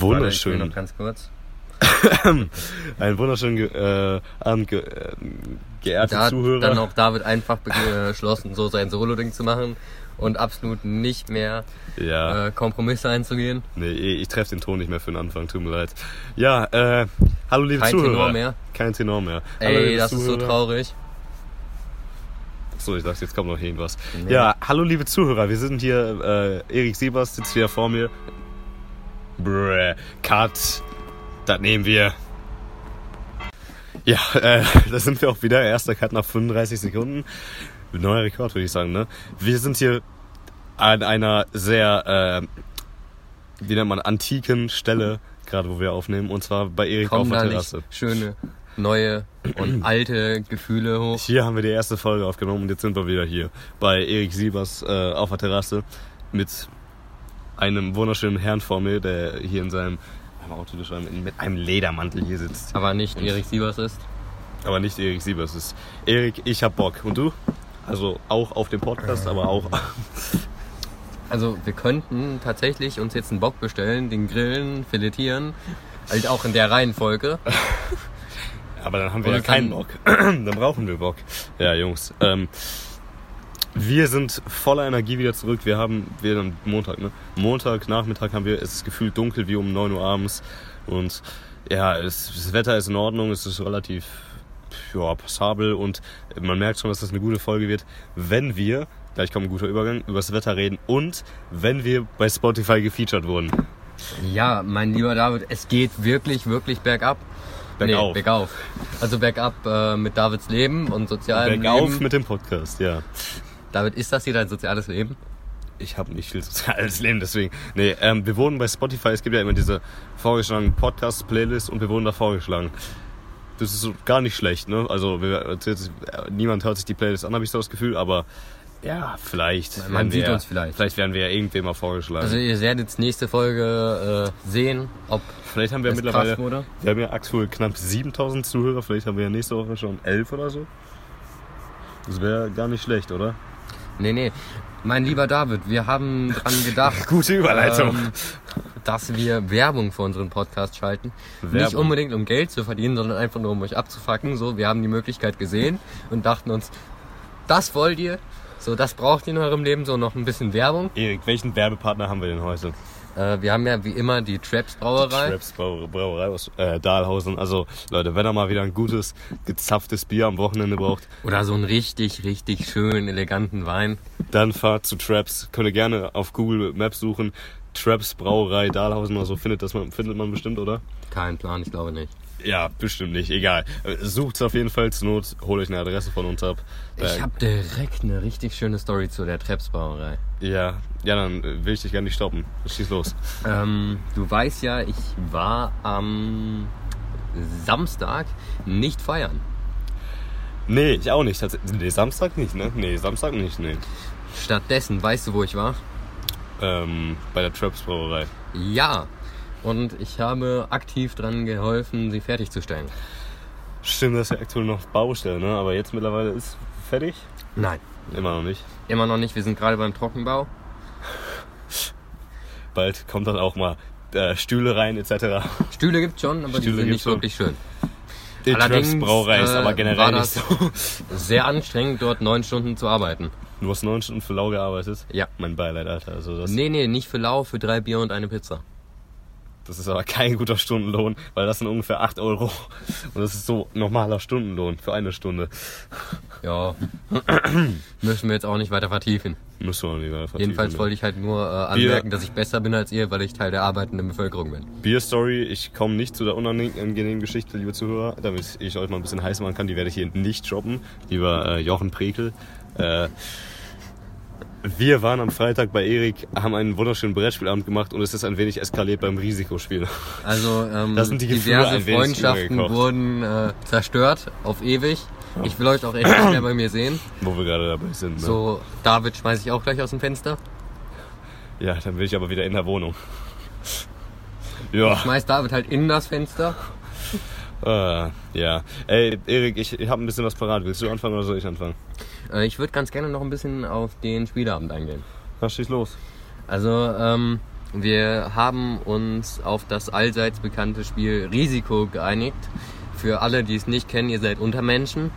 Mhm. wunderschönen- Warte, ich will noch ganz kurz. Einen wunderschönen ge- äh, Abend, ge äh, geehrte Da hat Zuhörer. dann auch David einfach äh, beschlossen, so sein Solo-Ding zu machen und absolut nicht mehr ja. äh, Kompromisse einzugehen. Nee, ich treffe den Ton nicht mehr für den Anfang, tut mir leid. Ja, äh, hallo liebe Kein Zuhörer. Tenor mehr. Kein Tenor mehr. hallo, Ey, liebe das ist so Zuhörer. traurig. So, ich dachte, jetzt kommt noch irgendwas. Nee. Ja, hallo liebe Zuhörer, wir sind hier, äh, Erik Siebers sitzt hier vor mir. Brrr, Cut, das nehmen wir. Ja, äh, da sind wir auch wieder, erster Cut nach 35 Sekunden. Neuer Rekord, würde ich sagen, ne? Wir sind hier an einer sehr, äh, wie nennt man, antiken Stelle, gerade wo wir aufnehmen, und zwar bei Erik auf Kommen der da Terrasse. nicht schöne, neue und alte Gefühle hoch. Hier haben wir die erste Folge aufgenommen und jetzt sind wir wieder hier bei Erik Siebers äh, auf der Terrasse mit einem wunderschönen Herrn vor mir, der hier in seinem beim Autotisch, mit einem Ledermantel hier sitzt. Aber nicht Erik Sievers ist. Aber nicht Erik Siebers. Es ist Erik, ich hab Bock. Und du? Also auch auf dem Podcast, aber auch. Also wir könnten tatsächlich uns jetzt einen Bock bestellen, den grillen, filetieren. Halt auch in der Reihenfolge. Aber dann haben wir Oder ja keinen kann- Bock. dann brauchen wir Bock. Ja, Jungs. Ähm, wir sind voller Energie wieder zurück. Wir haben, wir haben Montag, ne? Montag, Nachmittag haben wir, es ist gefühlt dunkel wie um 9 Uhr abends. Und ja, es, das Wetter ist in Ordnung, es ist relativ ja, passabel und man merkt schon, dass das eine gute Folge wird, wenn wir, gleich kommt ein guter Übergang, über das Wetter reden und wenn wir bei Spotify gefeatured wurden. Ja, mein lieber David, es geht wirklich, wirklich bergab. Bergauf. bergauf. Also bergab äh, mit Davids Leben und sozialem Bergauf Leben. mit dem Podcast, ja. David, ist das hier dein soziales Leben? ich habe nicht viel soziales Leben, deswegen. Nee, ähm, wir wurden bei Spotify, es gibt ja immer diese vorgeschlagenen Podcast-Playlists und wir wurden da vorgeschlagen. Das ist so gar nicht schlecht, ne? Also wir, niemand hört sich die Playlist an, habe ich so das Gefühl, aber ja, vielleicht. Man werden wir sieht ja, uns vielleicht. Vielleicht werden wir ja irgendwem mal vorgeschlagen. Also ihr werdet jetzt nächste Folge äh, sehen, ob vielleicht haben wir es mittlerweile, krass wurde. wir haben ja aktuell knapp 7000 Zuhörer, vielleicht haben wir ja nächste Woche schon 11 oder so. Das wäre gar nicht schlecht, oder? Nee, nee. Mein lieber David, wir haben dran gedacht, Gute Überleitung. ähm, dass wir Werbung für unseren Podcast schalten. Nicht Werbung. unbedingt um Geld zu verdienen, sondern einfach nur um euch abzufacken. So, wir haben die Möglichkeit gesehen und dachten uns, das wollt ihr, so das braucht ihr in eurem Leben, so noch ein bisschen Werbung. Erik, welchen Werbepartner haben wir denn heute? Äh, wir haben ja wie immer die Traps Brauerei. Schreps Brau- Brauerei aus äh, Dahlhausen. Also Leute, wenn ihr mal wieder ein gutes, gezapftes Bier am Wochenende braucht, Oder so einen richtig, richtig schönen, eleganten Wein. dann fahrt zu Traps. Könnt ihr gerne auf Google Maps suchen. Traps Brauerei Dahlhausen oder so findet, das man, findet man bestimmt, oder? Kein Plan, ich glaube nicht. Ja, bestimmt nicht. Egal. Äh, Sucht's auf jeden Fall zur Not. Holt euch eine Adresse von uns ab. Äh, Ich habe direkt eine richtig schöne Story zu der Traps Brauerei. ja, ja, dann äh, will ich dich gar nicht stoppen. Schieß los. Ähm, du weißt ja, ich war am Samstag nicht feiern. Nee, ich auch nicht. Tats- Nee, Samstag nicht, ne? Nee, Samstag nicht, nee. Stattdessen, weißt du, wo ich war? Ähm, bei der Traps Brauerei. Ja. Und ich habe aktiv dran geholfen, sie fertigzustellen. Stimmt, das ist ja aktuell noch Baustelle, ne? Aber jetzt mittlerweile ist fertig. Nein. Immer noch nicht. Immer noch nicht, wir sind gerade beim Trockenbau. Bald kommt dann auch mal äh, Stühle rein etc. Stühle gibt's schon, aber Stühle die sind gibt's nicht schon. wirklich schön. Die Allerdings, Traps-Brauerei ist äh, aber war generell nicht das- so. Sehr anstrengend, dort neun Stunden zu arbeiten. Du hast neun Stunden für Lau gearbeitet? Ja. Mein Beileid, Alter. Also das, Nee, nee, nicht für Lau, für drei Bier und eine Pizza. das ist aber kein guter Stundenlohn, weil das sind ungefähr 8 Euro. Und das ist so normaler Stundenlohn für eine Stunde. Ja. Müssen wir jetzt auch nicht weiter vertiefen. Müssen wir nicht mehr vertiefen, Jedenfalls ne? wollte ich halt nur äh, anmerken, dass ich besser bin als ihr, weil ich Teil der arbeitenden Bevölkerung bin. Bier-Story, ich komme nicht zu der unangenehmen Geschichte, liebe Zuhörer, damit ich euch mal ein bisschen heiß machen kann. Die werde ich hier nicht droppen, lieber äh, Jochen Prekel. Äh, wir waren am Freitag bei Erik, haben einen wunderschönen Brettspielabend gemacht und es ist ein wenig eskaliert beim Risikospiel. Also ähm, Das sind die Gefühle diverse ein wenig Freundschaften übergekocht. wurden äh, zerstört auf ewig. Ich will euch auch echt nicht mehr bei mir sehen. Wo wir gerade dabei sind. Ne? So, David schmeiße ich auch gleich aus dem Fenster. Ja, dann bin ich aber wieder in der Wohnung. Ja, Schmeiß David halt in das Fenster. äh, ja. Ey, Erik, ich, ich habe ein bisschen was parat. Willst du anfangen oder soll ich anfangen? Äh, ich würde ganz gerne noch ein bisschen auf den Spielabend eingehen. Na, schieß los. Also, ähm, Wir haben uns auf das allseits bekannte Spiel Risiko geeinigt. Für alle, die es nicht kennen, ihr seid Untermenschen.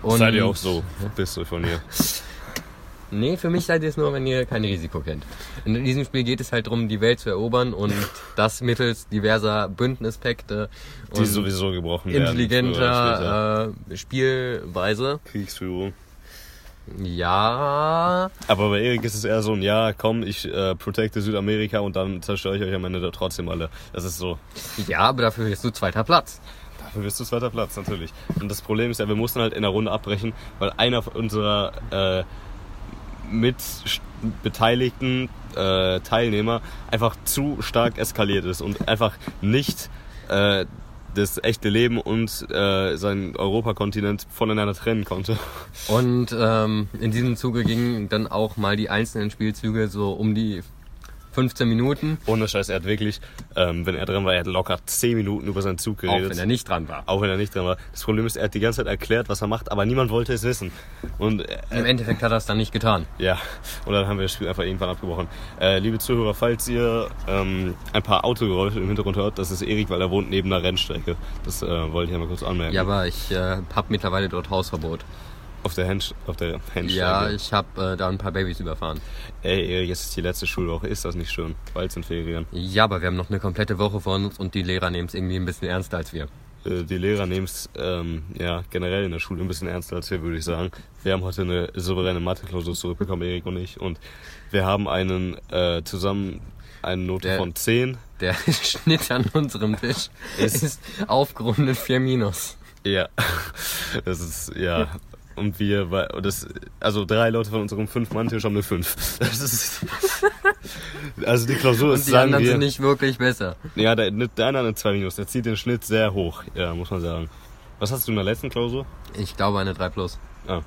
Und Seid ihr auch so, bist du von ihr. Nee, für mich seid ihr es nur, wenn ihr kein Risiko kennt. In diesem Spiel geht es halt darum, die Welt zu erobern und das mittels diverser Bündnispakte Die und sowieso gebrochen werden. früher oder intelligenter äh, Spielweise. später. Kriegsführung. Ja, Aber bei Erik ist es eher so ein Ja, komm, ich äh, protecte Südamerika und dann zerstöre ich euch am Ende da trotzdem alle. Das ist so. ja, aber dafür bist du zweiter Platz. Dafür wirst du zweiter Platz, natürlich. Und das Problem ist ja, wir mussten halt in der Runde abbrechen, weil einer von unserer äh, mitbeteiligten äh, Teilnehmer einfach zu stark eskaliert ist und einfach nicht äh, das echte Leben und äh, seinen Europakontinent voneinander trennen konnte. Und ähm, in diesem Zuge gingen dann auch mal die einzelnen Spielzüge so um die 15 Minuten, Ohne Scheiß, er hat wirklich, ähm, wenn er dran war, er hat locker 10 Minuten über seinen Zug auch geredet. wenn er nicht dran war. Auch wenn er nicht dran war. Das Problem ist, er hat die ganze Zeit erklärt, was er macht, aber niemand wollte es wissen. Und äh, Im Endeffekt hat er es dann nicht getan. ja, und dann haben wir das Spiel einfach irgendwann abgebrochen. Äh, liebe Zuhörer, falls ihr ähm, ein paar Autogeräusche im Hintergrund hört, das ist Erik, weil er wohnt neben einer Rennstrecke. Das äh, wollte ich einmal kurz anmerken. Ja, aber ich äh, hab mittlerweile dort Hausverbot. auf der, Hensch auf der Rennstrecke. Ja, ich hab äh, da ein paar Babys überfahren. Ey, Erik, es ist die letzte Schulwoche. Ist das nicht schön? Bald sind Ferien. Ja, aber wir haben noch eine komplette Woche vor uns und die Lehrer nehmen es irgendwie ein bisschen ernster als wir. Äh, die Lehrer nehmen es ähm, ja, generell in der Schule ein bisschen ernster als wir, würde ich sagen. Wir haben heute eine souveräne Mathe-Klausur zurückbekommen, Erik und ich. Und wir haben einen äh, zusammen eine Note Der- von 10. Der Schnitt an unserem Tisch Ist- ist, aufgerundet 4 minus. Ja, das ist, ja. Und wir, weil- und das, also drei Leute von unserem Fünf-Mann-Tisch haben eine 5. Das ist, also die Klausur ist, Die sagen anderen wir, sind nicht wirklich besser. ja, der, der eine hat eine 2 Minus, der zieht den Schnitt sehr hoch, ja, muss man sagen. Was hast du in der letzten Klausur? Ich glaube eine 3 plus. Ah,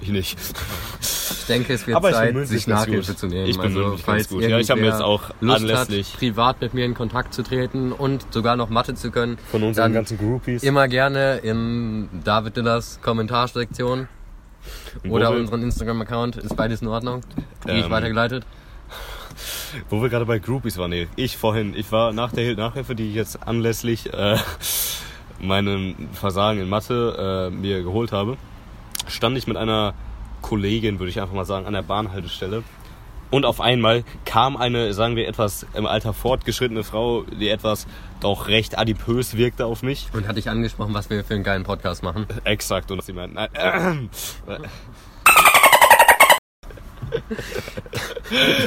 ich nicht. Ich denke, es wird Aber ich bin Zeit, mündlich sich ganz Nachhilfe gut. zu nehmen. Ich bin also, mündlich ganz falls gut. Ja, ich hab mir irgendwer jetzt auch Lust anlässlich- hat, privat mit mir in Kontakt zu treten und sogar noch Mathe zu können. Von unseren dann ganzen Groupies. Immer gerne in David Dillers Kommentarsektion oder Wo wir- unseren Instagram-Account. Ist beides in Ordnung? Kriege ich Ähm, weitergeleitet? Wo wir gerade bei Groupies waren, Erik. ich vorhin, ich war nach der Nachhilfe, die ich jetzt anlässlich äh, meinem Versagen in Mathe äh, mir geholt habe, stand ich mit einer Kollegin, würde ich einfach mal sagen, an der Bahnhaltestelle. Und auf einmal kam eine, sagen wir, etwas im Alter fortgeschrittene Frau, die etwas doch recht adipös wirkte auf mich. Und hatte ich angesprochen, was wir für einen geilen Podcast machen. Exakt, und sie meinten, nein,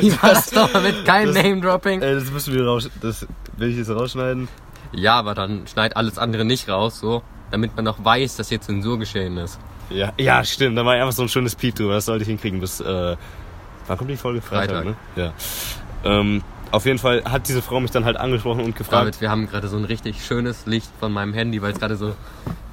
Ich war das doch mit keinem Name-Dropping. äh, das müssen wir raus, das will ich jetzt rausschneiden. Ja, aber dann schneid alles andere nicht raus, so, damit man noch weiß, dass hier Zensur geschehen ist. Ja, ja, stimmt. Da war einfach so ein schönes Piep drüber. Das sollte ich hinkriegen bis. Äh, wann kommt die Folge? Freitag, Freitag. ne? Ja. Ähm, auf jeden Fall hat diese Frau mich dann halt angesprochen und gefragt. David, wir haben gerade so ein richtig schönes Licht von meinem Handy, weil es gerade so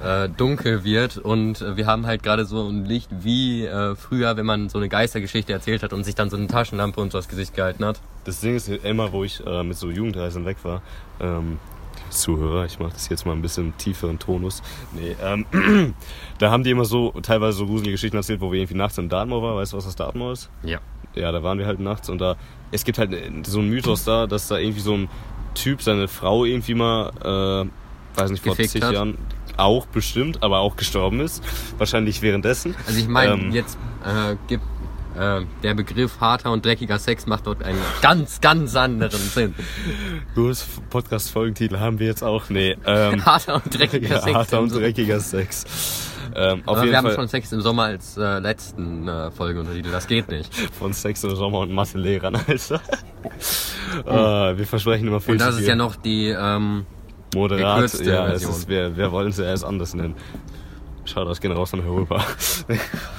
äh, dunkel wird und äh, wir haben halt gerade so ein Licht wie äh, früher, wenn man so eine Geistergeschichte erzählt hat und sich dann so eine Taschenlampe und so das Gesicht gehalten hat. Das Ding ist immer, wo ich äh, mit so Jugendreisen weg war. Ähm, liebe Zuhörer, ich mache das jetzt mal ein bisschen tieferen Tonus. Nee, ähm, da haben die immer so teilweise so gruselige Geschichten erzählt, wo wir irgendwie nachts im Dartmoor waren. Weißt du, was das Dartmoor ist? Ja. ja, da waren wir halt nachts und da, es gibt halt so einen Mythos da, dass da irgendwie so ein Typ seine Frau irgendwie mal, äh, weiß nicht, vor Gefickt 10 hat. Jahren auch bestimmt, aber auch gestorben ist. Wahrscheinlich währenddessen. Also ich meine, Ähm, jetzt äh, gibt äh, der Begriff harter und dreckiger Sex macht dort einen ganz, ganz anderen Sinn. Gutes Podcast-Folgentitel haben wir jetzt auch. Nee, ähm, Harter und dreckiger ja, Sex. harter und im Sommer. dreckiger Sex. Ähm, auf Aber wir jeden haben Fall schon Sex im Sommer als äh, letzten äh, Folge untertitelt. Das geht nicht. von Sex im Sommer und Mathelehrern, Alter. äh, wir versprechen immer Oh. viel Und das zu ist viel. ja noch die ähm, Moderat, gekürzte ja, es Version. ist, wir, wir wollen es ja erst anders nennen. Schade, das gehen raus an Europa.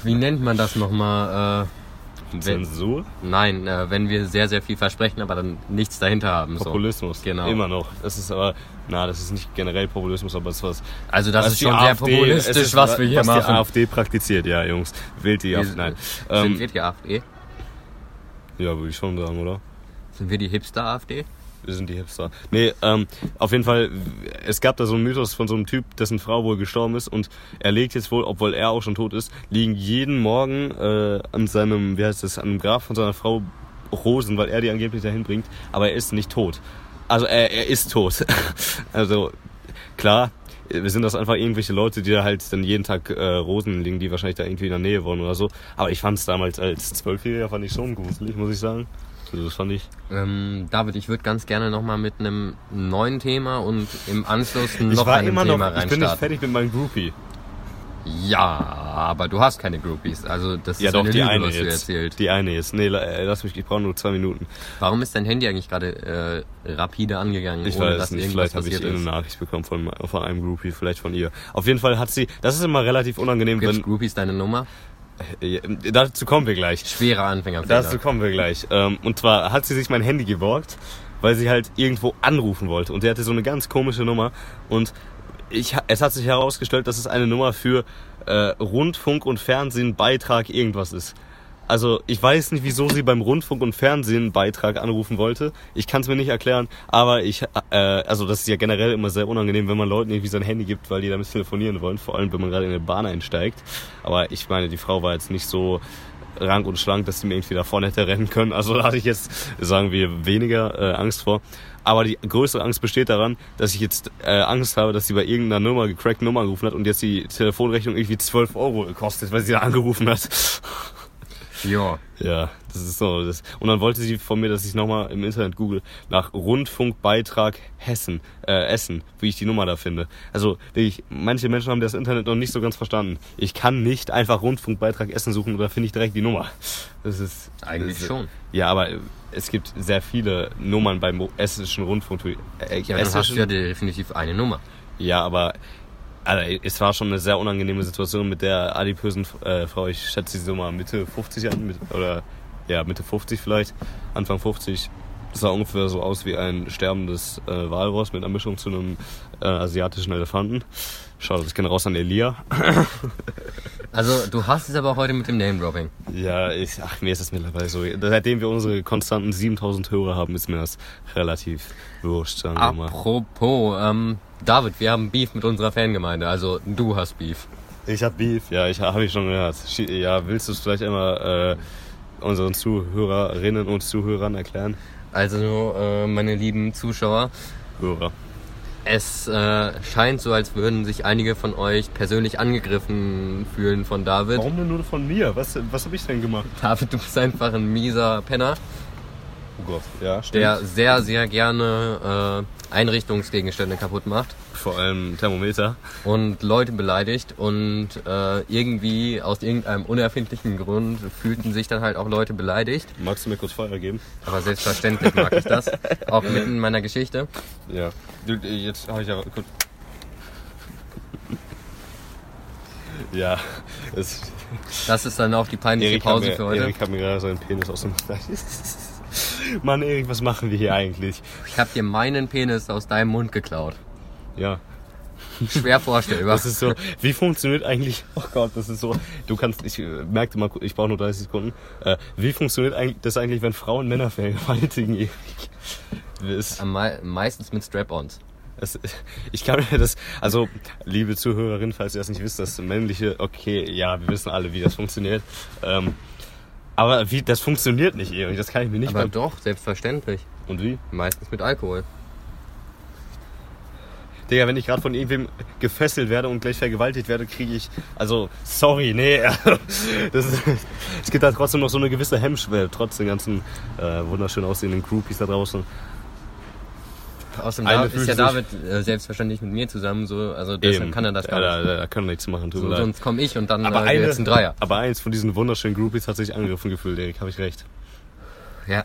Wie nennt man das nochmal? Äh, Zensur? wenn, nein, äh, wenn wir sehr, sehr viel versprechen, aber dann nichts dahinter haben. So. Populismus, Genau. Immer noch. Das ist aber, na, das ist nicht generell Populismus, aber es ist was. Also das was ist die schon sehr AfD populistisch, es ist was wir hier was die machen. AfD praktiziert, ja, Jungs. Wählt die Wir- AfD. Nein. sind Ähm, wir die AfD? ja, würde ich schon sagen, oder? Sind wir die Hipster-AfD? Wir sind die Hipster. Nee, ähm, auf jeden Fall, es gab da so einen Mythos von so einem Typ, dessen Frau wohl gestorben ist und er legt jetzt wohl, obwohl er auch schon tot ist, liegen jeden Morgen äh, an seinem, wie heißt das, an dem Grab von seiner Frau Rosen, weil er die angeblich dahin bringt, aber er ist nicht tot. Also er, er ist tot. also klar, wir sind das einfach irgendwelche Leute, die da halt dann jeden Tag äh, Rosen legen, die wahrscheinlich da irgendwie in der Nähe wohnen oder so. Aber ich fand es damals als Zwölfjähriger fand ich schon gruselig, muss ich sagen. Also das fand ich. Ähm, David, ich würde ganz gerne nochmal mit einem neuen Thema und im Anschluss Ich noch war einem immer noch, Thema ich bin nicht reinstarten. fertig mit meinem Groupie. Ja, aber du hast keine Groupies. Also das Ja ist doch, eine die Lüge, eine was du jetzt. erzählt. Die eine jetzt. Nee, la- äh, lass mich, ich brauche nur zwei Minuten. Warum ist dein Handy eigentlich gerade äh, rapide angegangen, Ich ohne weiß dass nicht, irgendwas vielleicht habe ich passiert eine ist? Nachricht bekommen von, von einem Groupie, vielleicht von ihr. Auf jeden Fall hat sie, das ist immer relativ unangenehm, Gibst wenn, Groupies deine Nummer? äh, dazu kommen wir gleich. Schwerer Anfängerfehler. Dazu kommen wir gleich. Ähm, und zwar hat sie sich mein Handy geborgt, weil sie halt irgendwo anrufen wollte. Und sie hatte so eine ganz komische Nummer. Und ich, ha- es hat sich herausgestellt, dass es eine Nummer für äh, Rundfunk und Fernsehen Beitrag irgendwas ist. Also ich weiß nicht, wieso sie beim Rundfunk und Fernsehen Beitrag anrufen wollte. Ich kann es mir nicht erklären, aber ich, äh, also das ist ja generell immer sehr unangenehm, wenn man Leuten irgendwie sein Handy gibt, weil die damit telefonieren wollen, vor allem wenn man gerade in eine Bahn einsteigt. Aber ich meine, die Frau war jetzt nicht so rank und schlank, dass sie mir irgendwie davon hätte rennen können. Also da hatte ich jetzt, sagen wir, weniger äh, Angst vor. Aber die größere Angst besteht daran, dass ich jetzt äh, Angst habe, dass sie bei irgendeiner Nummer, gecrackten Nummer angerufen hat und jetzt die Telefonrechnung irgendwie 12 Euro kostet, weil sie da angerufen hat. Ja. Ja, das ist so. Das. Und dann wollte sie von mir, dass ich nochmal im Internet google nach Rundfunkbeitrag Hessen, äh, Essen, wie ich die Nummer da finde. Also wirklich, manche Menschen haben das Internet noch nicht so ganz verstanden. Ich kann nicht einfach Rundfunkbeitrag Essen suchen und da finde ich direkt die Nummer. Das ist Eigentlich das ist, schon. Ja, aber äh, es gibt sehr viele Nummern beim Ru- hessischen Rundfunk. Äh, Ja, dann hast du ja definitiv eine Nummer. ja, aber also, es war schon eine sehr unangenehme Situation mit der adipösen äh, Frau. Ich schätze sie so mal Mitte 50 an, mit, oder ja, Mitte 50 vielleicht, Anfang 50. Das sah ungefähr so aus wie ein sterbendes äh, Walross mit einer Mischung zu einem äh, asiatischen Elefanten. Schade, das geht raus an Elia. Also du hast es aber heute mit dem Name-Dropping. Ja, ich, ach, mir ist das mittlerweile so. Seitdem wir unsere konstanten 7000 Hörer haben, ist mir das relativ wurscht, sagen wir mal. Apropos, ähm, David, wir haben Beef mit unserer Fangemeinde. Also du hast Beef. Ich hab Beef. Ja, ich habe ich schon gehört. Schie- Ja, willst du es vielleicht einmal äh, unseren Zuhörerinnen und Zuhörern erklären? Also äh, meine lieben Zuschauer, Hörer. Es äh, scheint so, als würden sich einige von euch persönlich angegriffen fühlen von David. Warum denn nur von mir? Was, was habe ich denn gemacht? David, du bist einfach ein mieser Penner, Oh Gott, ja, stimmt. der sehr, sehr gerne äh, Einrichtungsgegenstände kaputt macht Vor allem Thermometer. und Leute beleidigt. Und äh, irgendwie, aus irgendeinem unerfindlichen Grund, fühlten sich dann halt auch Leute beleidigt. Magst du mir kurz Feuer geben? Aber selbstverständlich mag ich das, auch mitten in meiner Geschichte. Ja. Du, äh, jetzt habe ich aber kurz. Ja, es, Das ist dann auch die peinliche Erik, hat Pause mir, für heute. Erik hat mir gerade seinen Penis aus dem. Mann, Erik, was machen wir hier eigentlich? Ich habe dir meinen Penis aus deinem Mund geklaut. Ja, Schwer vorstellbar. Das ist so, wie funktioniert eigentlich, oh Gott, das ist so, du kannst, ich äh, merkte mal, ich brauche nur 30 Sekunden, äh, wie funktioniert eigentlich das eigentlich, wenn Frauen Männer vergewaltigen? Erik? Es, Am mei- meistens mit Strap-ons. es, ich kann mir das, also, liebe Zuhörerin, falls ihr das nicht wisst, das männliche, okay, ja, wir wissen alle, wie das funktioniert, ähm, aber wie, das funktioniert nicht, Erik, das kann ich mir nicht Aber beim- doch, selbstverständlich. Und wie? Meistens mit Alkohol. Digga, wenn ich gerade von irgendwem gefesselt werde und gleich vergewaltigt werde, kriege ich. Also, sorry, nee. Das ist, es gibt da trotzdem noch so eine gewisse Hemmschwelle, trotz den ganzen äh, wunderschön aussehenden Groupies da draußen. Außerdem Eine David, ist ja fühlt David äh, selbstverständlich mit mir zusammen, so, also deshalb Eben. kann er das ja, gar da, nicht. äh, da, da können wir nichts machen, tut mir So, leid. sonst komme ich und dann Aber, äh, eine, jetzt ein Dreier. aber eins von diesen wunderschönen Groupies hat sich angegriffen gefühlt, Erik, habe ich recht. Ja.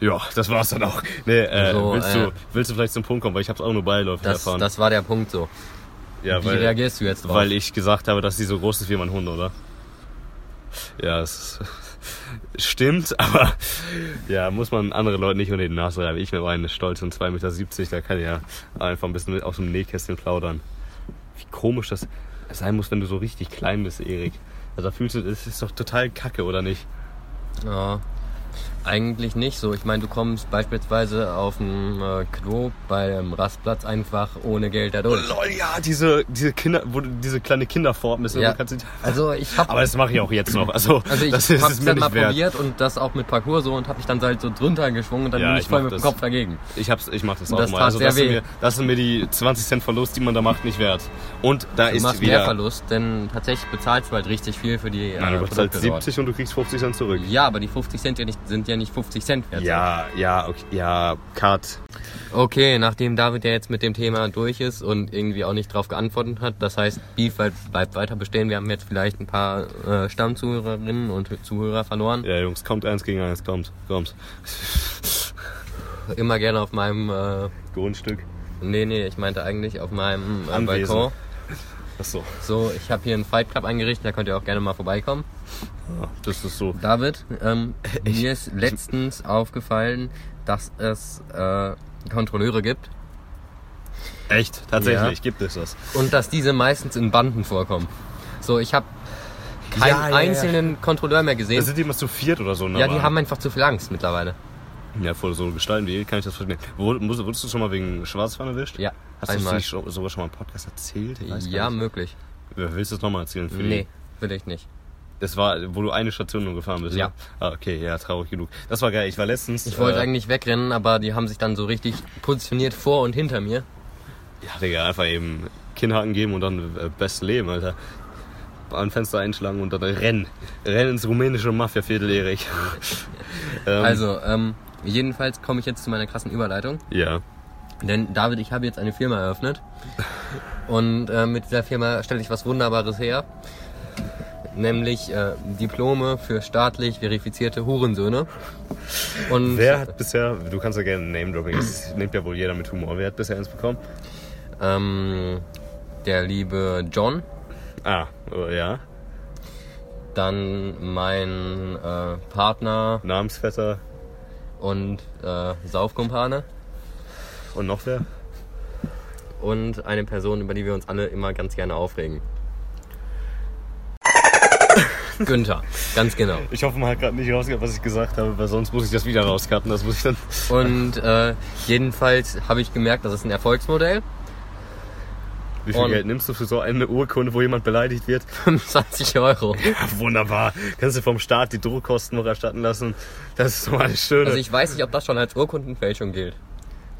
Ja, das war's dann auch. Nee, äh, So, willst, äh, du, willst du vielleicht zum Punkt kommen, weil ich hab's auch nur beiläufig Das, erfahren. das war der Punkt so. ja, Wie reagierst du jetzt drauf? Weil ich gesagt habe, dass sie so groß ist wie mein Hund, oder? Ja, es stimmt, aber ja, muss man andere Leute nicht unter die Nase reiben. Ich mit meinen stolzen 2,70 Meter, da kann ich ja einfach ein bisschen aus dem Nähkästchen plaudern. Wie komisch das sein muss, wenn du so richtig klein bist, Erik. Also da fühlst du, das ist doch total kacke, oder nicht? ja. Eigentlich nicht so. Ich meine, du kommst beispielsweise auf dem äh, Klo bei einem Rastplatz einfach ohne Geld da Oh, durch. lol, ja, diese, diese Kinder, wo du- diese kleine Kinderform ist. Ja. du Kannst nicht, Also ich habe aber das mache ich auch jetzt noch. Also, also ich das ist hab's es mir dann mal nicht wert. probiert und das auch mit Parcours so und habe mich dann halt so drunter geschwungen und dann Ja, bin ich ich voll mach mit dem das. Kopf dagegen. Ich, hab's, ich mach das Und auch das mal. tat Also, sehr das sind, weh. mir, das sind mir die 20 Cent Verlust, die man da macht, nicht wert. Und da Du ist machst mehr wieder. Verlust, denn tatsächlich bezahlst du halt richtig viel für die äh, Nein, du bezahlst Produkte dort. 70 und du kriegst 50 Cent zurück. Ja, aber die 50 Cent ja nicht, sind ja nicht 50 Cent wert. Ja, ja, okay, ja, Cut. Okay, nachdem David ja jetzt mit dem Thema durch ist und irgendwie auch nicht drauf geantwortet hat, das heißt, Beef bleibt, bleibt weiter bestehen. Wir haben jetzt vielleicht ein paar äh, Stammzuhörerinnen und Zuhörer verloren. Ja, Jungs, kommt eins gegen eins, kommt, kommt. Immer gerne auf meinem, äh, Grundstück. nee, nee, ich meinte eigentlich auf meinem äh, Anwesen. Balkon. Achso, So, ich habe hier einen Fight Club eingerichtet, da könnt ihr auch gerne mal vorbeikommen. ja, das ist so. David, ähm, mir ist letztens aufgefallen, dass es äh, Kontrolleure gibt Echt, tatsächlich, Ja. gibt es das. und dass diese meistens in Banden vorkommen. So, ich habe keinen Ja, ja, ja. einzelnen Kontrolleur mehr gesehen. Da sind die immer zu viert oder so. in der Ja, die Bahn. haben einfach zu viel Angst mittlerweile. Ja, vor so Gestalten wie ihr kann ich das verstehen. Wur- muss- Wurdest du schon mal wegen Schwarzfahren erwischt? Ja, Hast du einmal. das nicht schon- sogar schon mal im Podcast erzählt? Ich weiß Ja, gar nicht. möglich. Willst du es nochmal erzählen? Für die- Nee, will ich nicht. Das war, wo du eine Station nur gefahren bist. Ja. ne? Ah, okay, ja, traurig genug. Das war geil. Ich war letztens. Ich wollte äh, eigentlich wegrennen, aber die haben sich dann so richtig positioniert vor und hinter mir. Ja, Digga, einfach eben Kinnhaken geben und dann äh, best leben, Alter. Ein Fenster einschlagen und dann rennen. Rennen ins rumänische Mafia-Viertel, Erik. Ähm, Also, ähm, jedenfalls komme ich jetzt zu meiner krassen Überleitung. Ja. Denn, David, ich habe jetzt eine Firma eröffnet. Und äh, mit dieser Firma stelle ich was Wunderbares her. Nämlich äh, Diplome für staatlich verifizierte Hurensöhne. Und Wer hat bisher, du kannst ja gerne Name-Dropping, das nimmt ja wohl jeder mit Humor. Wer hat bisher eins bekommen? ähm, der liebe John, Ah, äh, ja. dann mein äh, Partner Namensvetter und äh, Saufkumpane und noch wer? und eine Person, über die wir uns alle immer ganz gerne aufregen. Günther, ganz genau. Ich hoffe, man hat gerade nicht rausgehört, was ich gesagt habe, weil sonst muss ich das wieder rauscutten. Das muss ich dann. Und äh, jedenfalls habe ich gemerkt, das ist ein Erfolgsmodell. Wie viel Und- Geld nimmst du für so eine Urkunde, wo jemand beleidigt wird? 25 Euro. Ja, Ah, wunderbar. Kannst du vom Staat die Druckkosten noch erstatten lassen? Das ist doch mal eine schöne. Also Also, ich weiß nicht, ob das schon als Urkundenfälschung gilt.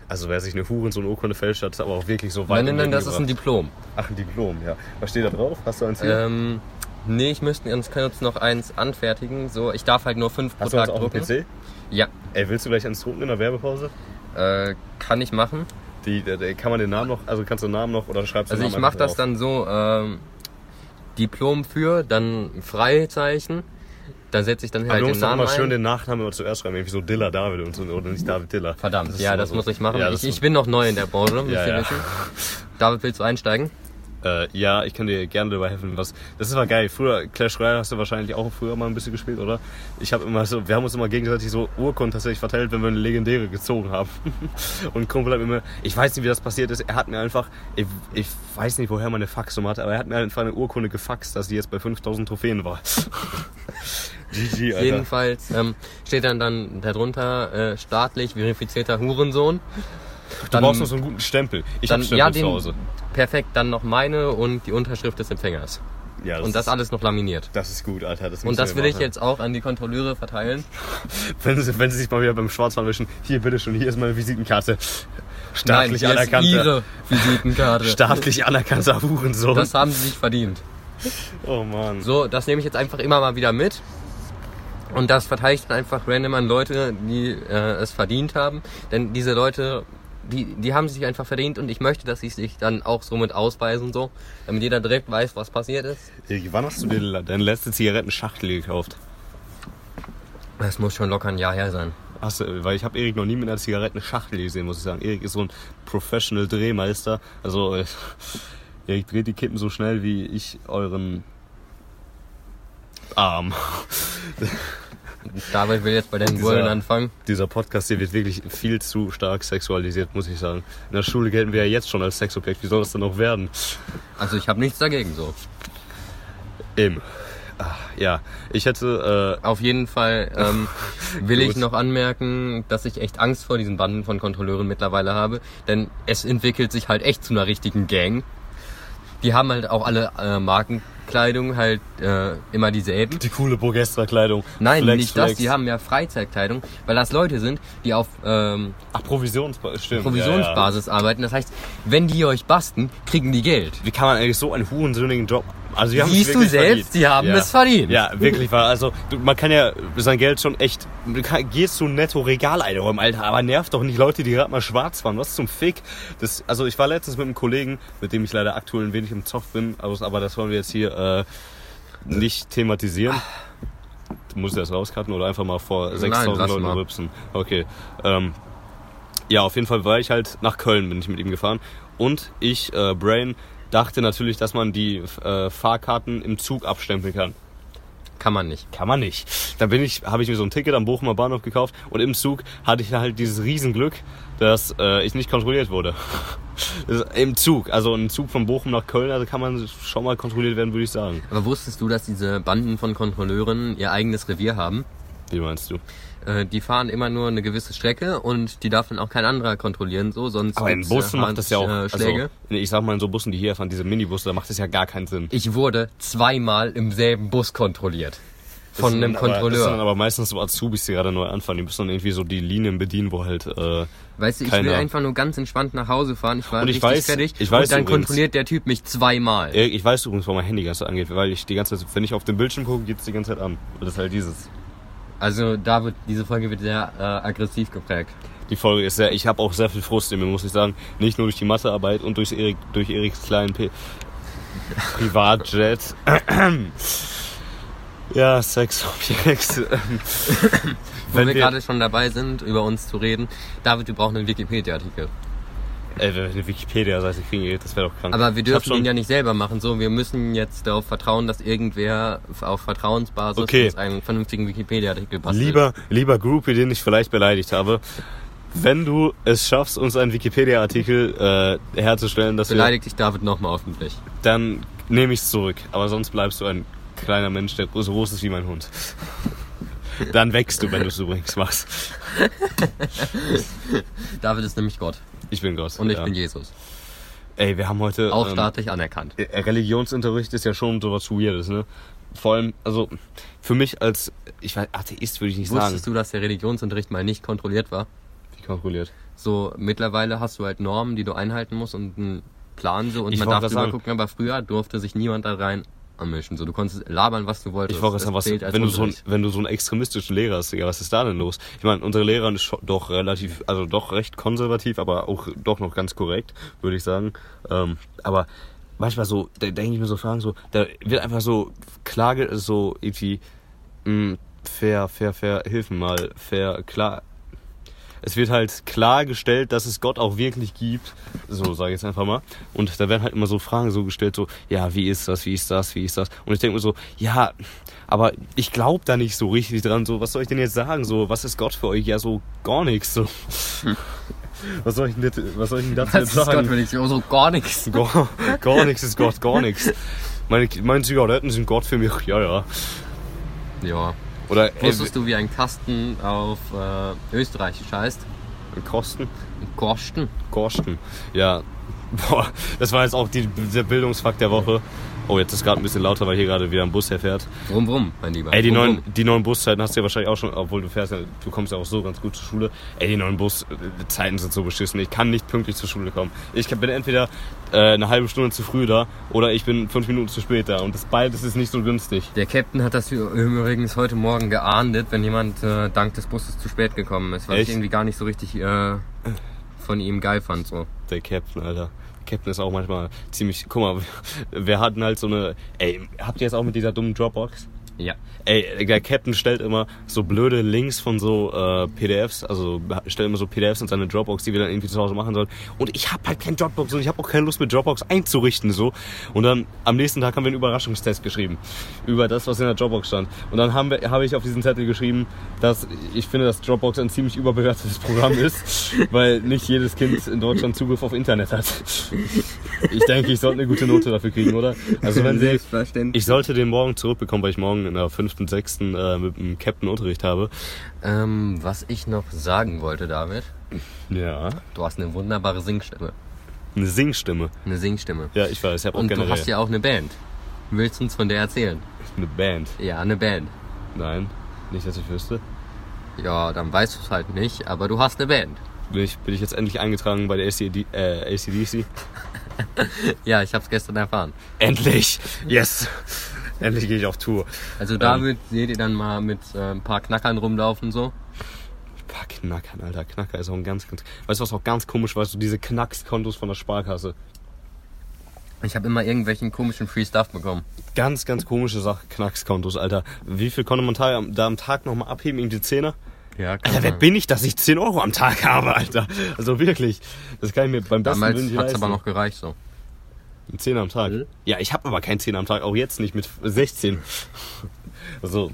wer sich eine Huren so eine Urkunde fälscht, hat es aber auch wirklich so Nein, weit. nein, im nein, Leben das ist ein gebracht. Diplom. Ach, ein Diplom, ja. Was steht da drauf? Hast du eins hier? Ähm, nee, ich müsste uns, können uns noch eins anfertigen. So, ich darf halt nur fünf pro Hast du Tag eins auch am drucken. PC? Ja, Ey, willst du gleich eins drucken in der Werbepause? äh, kann ich machen. Die, der- der- kann man den Namen noch, also kannst du den Namen noch oder schreibst du Also den ich Namen mache das einfach dann drauf? so, ähm, Diplom für, dann Freizeichen, da setze ich dann Aber halt du den musst doch Namen mal ein. schön den Nachnamen immer zuerst schreiben, irgendwie so Diller David und so, oder nicht David Diller. Verdammt, ist ja, immer das so. muss ich machen. Ja, das ich, ich ist- bin noch neu in der Branche, müsst Ja, ihr ja. wissen. David, willst du einsteigen? Äh, ja, ich kann dir gerne dabei helfen. Was, das ist mal geil. Früher, Clash Royale hast du wahrscheinlich auch früher mal ein bisschen gespielt, oder? Ich habe immer so, wir haben uns immer gegenseitig so Urkunden tatsächlich verteilt, wenn wir eine Legendäre gezogen haben. Und ein Kumpel hat mir immer, ich weiß nicht, wie das passiert ist, er hat mir einfach, ich, ich weiß nicht, woher meine Faxnummer hat, aber er hat mir einfach eine Urkunde gefaxt, dass die jetzt bei 5000 Trophäen war. GG, Alter. Jedenfalls ähm, steht dann, dann darunter äh, staatlich verifizierter Hurensohn. Du Dann, brauchst noch so einen guten Stempel. Ich dann, hab einen Stempel ja, zu den, Hause. perfekt, dann noch meine und die Unterschrift des Empfängers. Ja, Und das ist, alles noch laminiert. das ist gut, Alter. Das Und müssen das wir will ich machen. jetzt auch an die Kontrolleure verteilen. Wenn sie, wenn sie sich mal wieder beim Schwarzfahren wischen, hier bitte schon, hier ist meine Visitenkarte. Staatlich hier ist anerkannter. ihre Visitenkarte. Staatlich anerkannter Hurensohn. Das haben sie sich verdient. oh Mann. So, das nehme ich jetzt einfach immer mal wieder mit. Und das verteile ich dann einfach random an Leute, die äh, es verdient haben. Denn diese Leute, die, die haben sich einfach verdient und ich möchte, dass sie sich dann auch somit ausweisen und so, damit jeder direkt weiß, was passiert ist. Ey, Wann hast du dir la- deine letzte Zigarettenschachtel gekauft? Das muss schon locker ein Jahr her sein. Hast du, weil ich habe Erik noch nie mit einer Zigarettenschachtel gesehen, muss ich sagen. Erik ist so ein Professional Drehmeister. Also äh, Erik dreht die Kippen so schnell wie ich euren Arm. David will jetzt bei den Dieser- Bullen anfangen. Dieser Podcast hier wird wirklich viel zu stark sexualisiert, muss ich sagen. In der Schule gelten wir ja jetzt schon als Sexobjekt. Wie soll das denn noch werden? Also ich habe nichts dagegen so. Eben. Ah, Ja, ich hätte. äh, Auf jeden Fall ähm, will ich noch anmerken, dass ich echt Angst vor diesen Banden von Kontrolleuren mittlerweile habe, denn es entwickelt sich halt echt zu einer richtigen Gang. Die haben halt auch alle äh, Markenkleidung halt äh, immer dieselben. Äh, die coole Burgestra-Kleidung. Nein, Flex, nicht Flex. das, die haben ja Freizeitkleidung, weil das Leute sind, die auf ähm, Ach, Provisionsbasis. Stimmt. Ja, ja. Provisionsbasis arbeiten. Das heißt, wenn die euch basten, kriegen die Geld. Wie kann man eigentlich so einen hurensöhnigen Job. Also, wir haben es Siehst du wirklich selbst, verdient. die haben ja. es verdient. Ja, wirklich wahr. Also, du, man kann ja sein Geld schon echt. Du kann, gehst zu netto Regal einräumen, Alter, aber nervt doch nicht Leute, die gerade mal schwarz waren. Was zum Fick? Das, also, ich war letztens mit einem Kollegen, mit dem ich leider aktuell ein wenig im Zoff bin, aber aber das wollen wir jetzt hier äh, nicht thematisieren. Muss ich das rauscutten oder einfach mal vor 6000 lass Leuten mal. rübsen? Okay. Ähm, ja, auf jeden Fall war ich halt nach Köln, bin ich mit ihm gefahren. Und ich, äh, Brain, dachte natürlich, dass man die äh, Fahrkarten im Zug abstempeln kann. Kann man nicht. Kann man nicht. Dann bin ich, habe ich mir so ein Ticket am Bochumer Bahnhof gekauft und im Zug hatte ich halt dieses Riesenglück, dass äh, ich nicht kontrolliert wurde. Das ist Im Zug, also im Zug von Bochum nach Köln, also kann man schon mal kontrolliert werden, würde ich sagen. Aber wusstest du, dass diese Banden von Kontrolleuren ihr eigenes Revier haben? Wie meinst du? Äh, die fahren immer nur eine gewisse Strecke und die darf dann auch kein anderer kontrollieren, so sonst. Aber in gibt's, Bussen äh, macht das ja auch. Hand- äh, Also, Schläge. ich sag mal, in so Bussen, die hier fahren, diese Minibusse, da macht das ja gar keinen Sinn. ich wurde zweimal im selben Bus kontrolliert. Von Das sind einem aber- Das sind dann Kontrolleur. aber meistens so Azubis, die gerade neu anfangen. Die müssen dann irgendwie so die Linien bedienen, wo halt. Äh, Weißt du, ich keiner. will einfach nur ganz entspannt nach Hause fahren. Ich war Und ich richtig weiß- fertig. ich weiß und dann übrigens- kontrolliert der Typ mich zweimal. ich weiß übrigens, wo mein Handy ganz angeht, weil ich die ganze Zeit, wenn ich auf den Bildschirm gucke, geht's die ganze Zeit an. Und Das ist halt dieses. Also da wird diese Folge wird sehr äh, aggressiv geprägt. Die Folge ist sehr. Ich habe auch sehr viel Frust in mir, muss ich sagen. Nicht nur durch die Mathearbeit und durch Erik, durch Eriks kleinen P Privatjet. ja, Sexobjekt. Wo wir, gerade schon dabei sind, über uns zu reden. David, wir brauchen einen Wikipedia-Artikel. Ey, wenn wir eine Wikipedia-Seite kriegen, Erik, das wäre doch krank. Aber wir Ich hab dürfen ihn ja nicht selber machen. So, wir müssen jetzt darauf vertrauen, dass irgendwer auf Vertrauensbasis Okay. uns einen vernünftigen Wikipedia-Artikel bastelt. Lieber, lieber Groupie, den ich vielleicht beleidigt habe, wenn du es schaffst, uns einen Wikipedia-Artikel äh, herzustellen, dass wir, Beleidigt dich David nochmal öffentlich. dann nehme ich es zurück. Aber sonst bleibst du ein kleiner Mensch, der so groß ist wie mein Hund. Dann wächst du, wenn du es übrigens machst. David ist nämlich Gott Ich bin Gott. und ich ja. bin Jesus. Ey, wir haben heute. Auch ähm, staatlich anerkannt. Äh, Religionsunterricht ist ja schon sowas Weirdes, ne? Vor allem, also für mich als. Ich weiß, Atheist würde ich nicht sagen. Wusstest du, dass der Religionsunterricht mal nicht kontrolliert war? Wie kontrolliert? So, mittlerweile hast du halt Normen, die du einhalten musst und einen Plan so und Ich man wollte darf das drüber sagen. gucken, aber früher durfte sich niemand da rein anmischen. So, du konntest labern, was du wolltest. Ich wollte Das gerade sagen, zählt was, als wenn, du so einen, Unterricht. wenn du so einen extremistischen Lehrer hast, Digga, was ist da denn los? Ich meine, unsere Lehrer sind scho- doch relativ, also doch recht konservativ, aber auch doch noch ganz korrekt, würde ich sagen. Ähm, aber manchmal so, da denke ich mir so Fragen, so, da wird einfach so Klage, so irgendwie, mh, fair, fair, fair, Hilfen mal, fair, klar. Es wird halt klargestellt, dass es Gott auch wirklich gibt. So sage ich jetzt einfach mal. Und da werden halt immer so Fragen so gestellt, so, ja, wie ist das, wie ist das, wie ist das? Und ich denke mir so, ja, aber ich glaube da nicht so richtig dran. So, was soll ich denn jetzt sagen? So, was ist Gott für euch? Ja, so gar nichts. So. Was soll ich denn, jetzt- was soll ich denn dazu Das jetzt Hm. ist Gott, sagen? will ich so gar nichts. Gar, gar nichts ist Gott, gar nichts. Meine, meine Zigaretten sind Gott für mich, ja, ja. Ja. Oder ey, Wusstest du, wie ein Kasten auf äh, Österreichisch heißt? äh, Kosten? Korsten. Korsten. Ja. Boah, das war jetzt auch die, der Bildungsfakt der Woche. Oh, jetzt ist gerade ein bisschen lauter, weil hier gerade wieder ein Bus herfährt. Brumm, brumm, mein Lieber. Ey, die Brumm, neuen, brumm. die neuen Buszeiten hast du ja wahrscheinlich auch schon, obwohl du fährst, ja- du kommst ja auch so ganz gut zur Schule. Ey, die neuen Buszeiten sind so beschissen. Ich kann nicht pünktlich zur Schule kommen. Ich bin entweder äh, eine halbe Stunde zu früh da oder ich bin fünf Minuten zu spät da. Und das beides ist nicht so günstig. Der Captain hat das übrigens heute Morgen geahndet, wenn jemand äh, dank des Busses zu spät gekommen ist, was Echt? ich irgendwie gar nicht so richtig äh, von ihm geil fand. So. Der Captain, Alter. Captain ist auch manchmal ziemlich. Guck mal, wir hatten halt so eine. Ey, habt ihr jetzt auch mit dieser dummen Dropbox? Ja. Ey, der Captain stellt immer so blöde Links von so äh, PDFs, also stellt immer so PDFs in seine Dropbox, die wir dann irgendwie zu Hause machen sollen. Und ich habe halt kein Dropbox und ich habe auch keine Lust mit Dropbox einzurichten so. Und dann am nächsten Tag haben wir einen Überraschungstest geschrieben über das, was in der Dropbox stand. Und dann haben wir- habe ich auf diesen Zettel geschrieben, dass ich finde, dass Dropbox ein ziemlich überbewertetes Programm ist, weil nicht jedes Kind in Deutschland Zugriff auf Internet hat. Ich denke, ich sollte eine gute Note dafür kriegen, oder? Also wenn Sie Selbstverständlich. ich sollte den morgen zurückbekommen, weil ich morgen in der fünften, sechsten äh, mit dem Captain Unterricht habe. Ähm, was ich noch sagen wollte, David, Ja. du hast eine wunderbare Singstimme. Eine Singstimme. Eine Singstimme. Ja, ich weiß, ich habe auch Und generell du hast ja auch eine Band. Willst du uns von der erzählen? eine Band. Ja, eine Band. Nein, nicht, dass ich wüsste. Ja, dann weißt du es halt nicht, aber du hast eine Band. Bin ich, bin ich jetzt endlich eingetragen bei der ACD, äh, ACDC? Ja, ich hab's gestern erfahren. Endlich! Yes! Endlich gehe ich auf Tour. Also David seht ihr dann mal mit äh, ein paar Knackern rumlaufen so. Boah, Knackern, Alter. Knacker ist auch ein ganz, ganz... Weißt du, was auch ganz komisch war? So diese Knackskontos von der Sparkasse. Ich habe immer irgendwelchen komischen Free Stuff bekommen. Ganz, ganz komische Sache. Knackskontos, Alter. Wie viel konnte man ta- da am Tag nochmal abheben? Irgendwie Zehner? Ja, kann Alter, wer bin ich, dass ich 10 Euro am Tag habe, Alter? Also wirklich. Das kann ich mir beim besten Damals Willen nicht hat's leisten. aber Hm? noch gereicht so. Ein 10 am Tag. Ja, ich habe aber keinen 10 am Tag, auch jetzt nicht mit 16. Also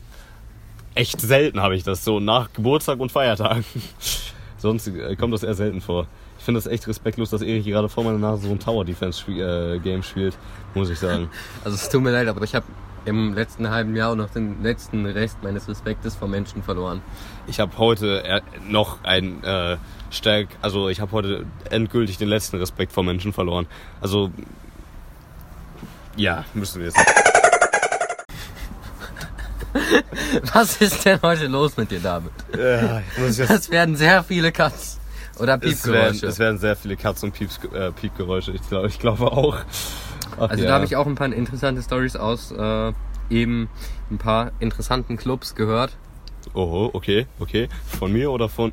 echt selten habe ich das so nach Geburtstag und Feiertagen. Sonst äh, kommt das eher selten vor. Ich finde das echt respektlos, dass Erich gerade vor meiner Nase so ein Tower Defense -Spiel, äh, Game spielt, muss ich sagen. Also es tut mir leid, aber ich habe im letzten halben Jahr auch noch den letzten Rest meines Respektes vor Menschen verloren. Ich habe heute äh, noch ein äh, stärk, also ich habe heute endgültig den letzten Respekt vor Menschen verloren. Also ja, müssen wir jetzt. Was ist denn heute los mit dir, David? Äh, ich muss jetzt Das werden sehr viele Cuts oder es, werden, Piepgeräusche. es werden sehr viele Katzen und Pieps, äh, Piepgeräusche, ich glaube, ich glaube auch. Ach Also ja. da habe ich auch ein paar interessante Stories aus äh, eben ein paar interessanten Clubs gehört. Oho, okay, okay. Von mir oder von.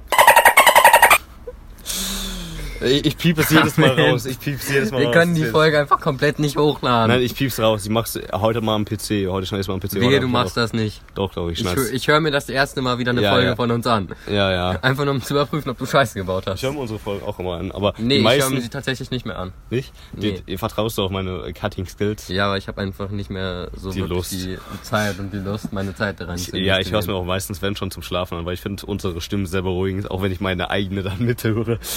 Ich, ich piep es jedes Mal raus. Ich piep's jedes Mal Wir raus. können die Jedes- Folge einfach komplett nicht hochladen. Nein, ich piep's raus. Ich mach's heute mal am PC. Heute schneid's mal am PC. Wehe, Heute du am- machst das nicht. Doch, doch, ich Ich, hö- schneid's. ich höre mir das erste Mal wieder eine Ja, Folge ja. von uns an. ja, ja. Einfach nur um zu überprüfen, ob du Scheiße gebaut hast. Ich höre mir unsere Folgen auch immer an, aber nee, die ich höre meisten mir sie tatsächlich nicht mehr an. nicht. Nee. Die, ihr vertraust du auf meine äh, Cutting Skills? Ja, aber ich habe einfach nicht mehr so Die wirklich Lust. die Zeit und die Lust, meine Zeit daran zu Ja, ich höre es mir investieren. auch meistens, wenn schon, zum Schlafen an, weil ich finde unsere Stimmen sehr beruhigend, auch wenn ich meine eigene dann mithöre.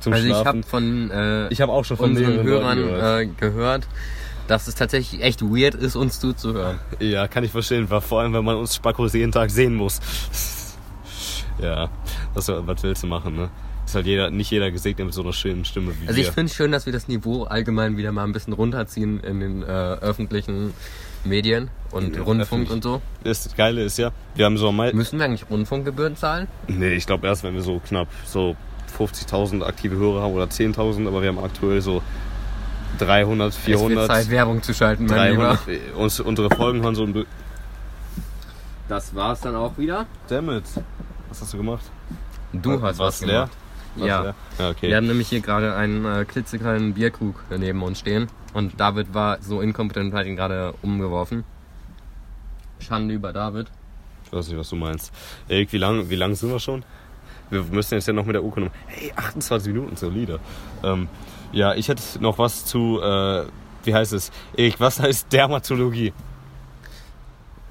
zum Also ich Schlafen. habe von äh, ich habe auch schon von unseren mehreren Hörern Leuten gehört. äh, gehört, dass es tatsächlich echt weird ist, uns zuzuhören. Ja, kann ich verstehen, weil vor allem, wenn man uns Spackos jeden Tag sehen muss. ja, das, was willst du machen, ne? Ist halt jeder, nicht jeder gesegnet mit so einer schönen Stimme wie Also ich wir. finde es schön, dass wir das Niveau allgemein wieder mal ein bisschen runterziehen in den äh, öffentlichen Medien und Ja, Rundfunk öffentlich. und so. Das Geile ist ja, wir haben so mal. Müssen wir eigentlich Rundfunkgebühren zahlen? Nee, ich glaube erst, wenn wir so knapp so 50.000 aktive Hörer haben oder 10.000, aber wir haben aktuell so 300, es wird 400. Zeit, Werbung zu schalten, mein Lieber. 300, äh, uns, unsere Folgen haben so ein... Be Das war's dann auch wieder. Dammit. Was hast du gemacht? Du hast was, leer? gemacht. Was Ja. leer? ja. Okay. Wir haben nämlich hier gerade einen äh, klitzekleinen Bierkrug neben uns stehen. Und David war so inkompetent und hat ihn gerade umgeworfen. Schande über David. Ich weiß nicht, was du meinst. Erik, wie lange wie lang sind wir schon? Wir müssen jetzt ja noch mit der Uhr kommen. Hey, 28 Minuten, solide. Ähm, ja, ich hätte noch was zu... Äh, wie heißt es? Erik, was heißt Dermatologie?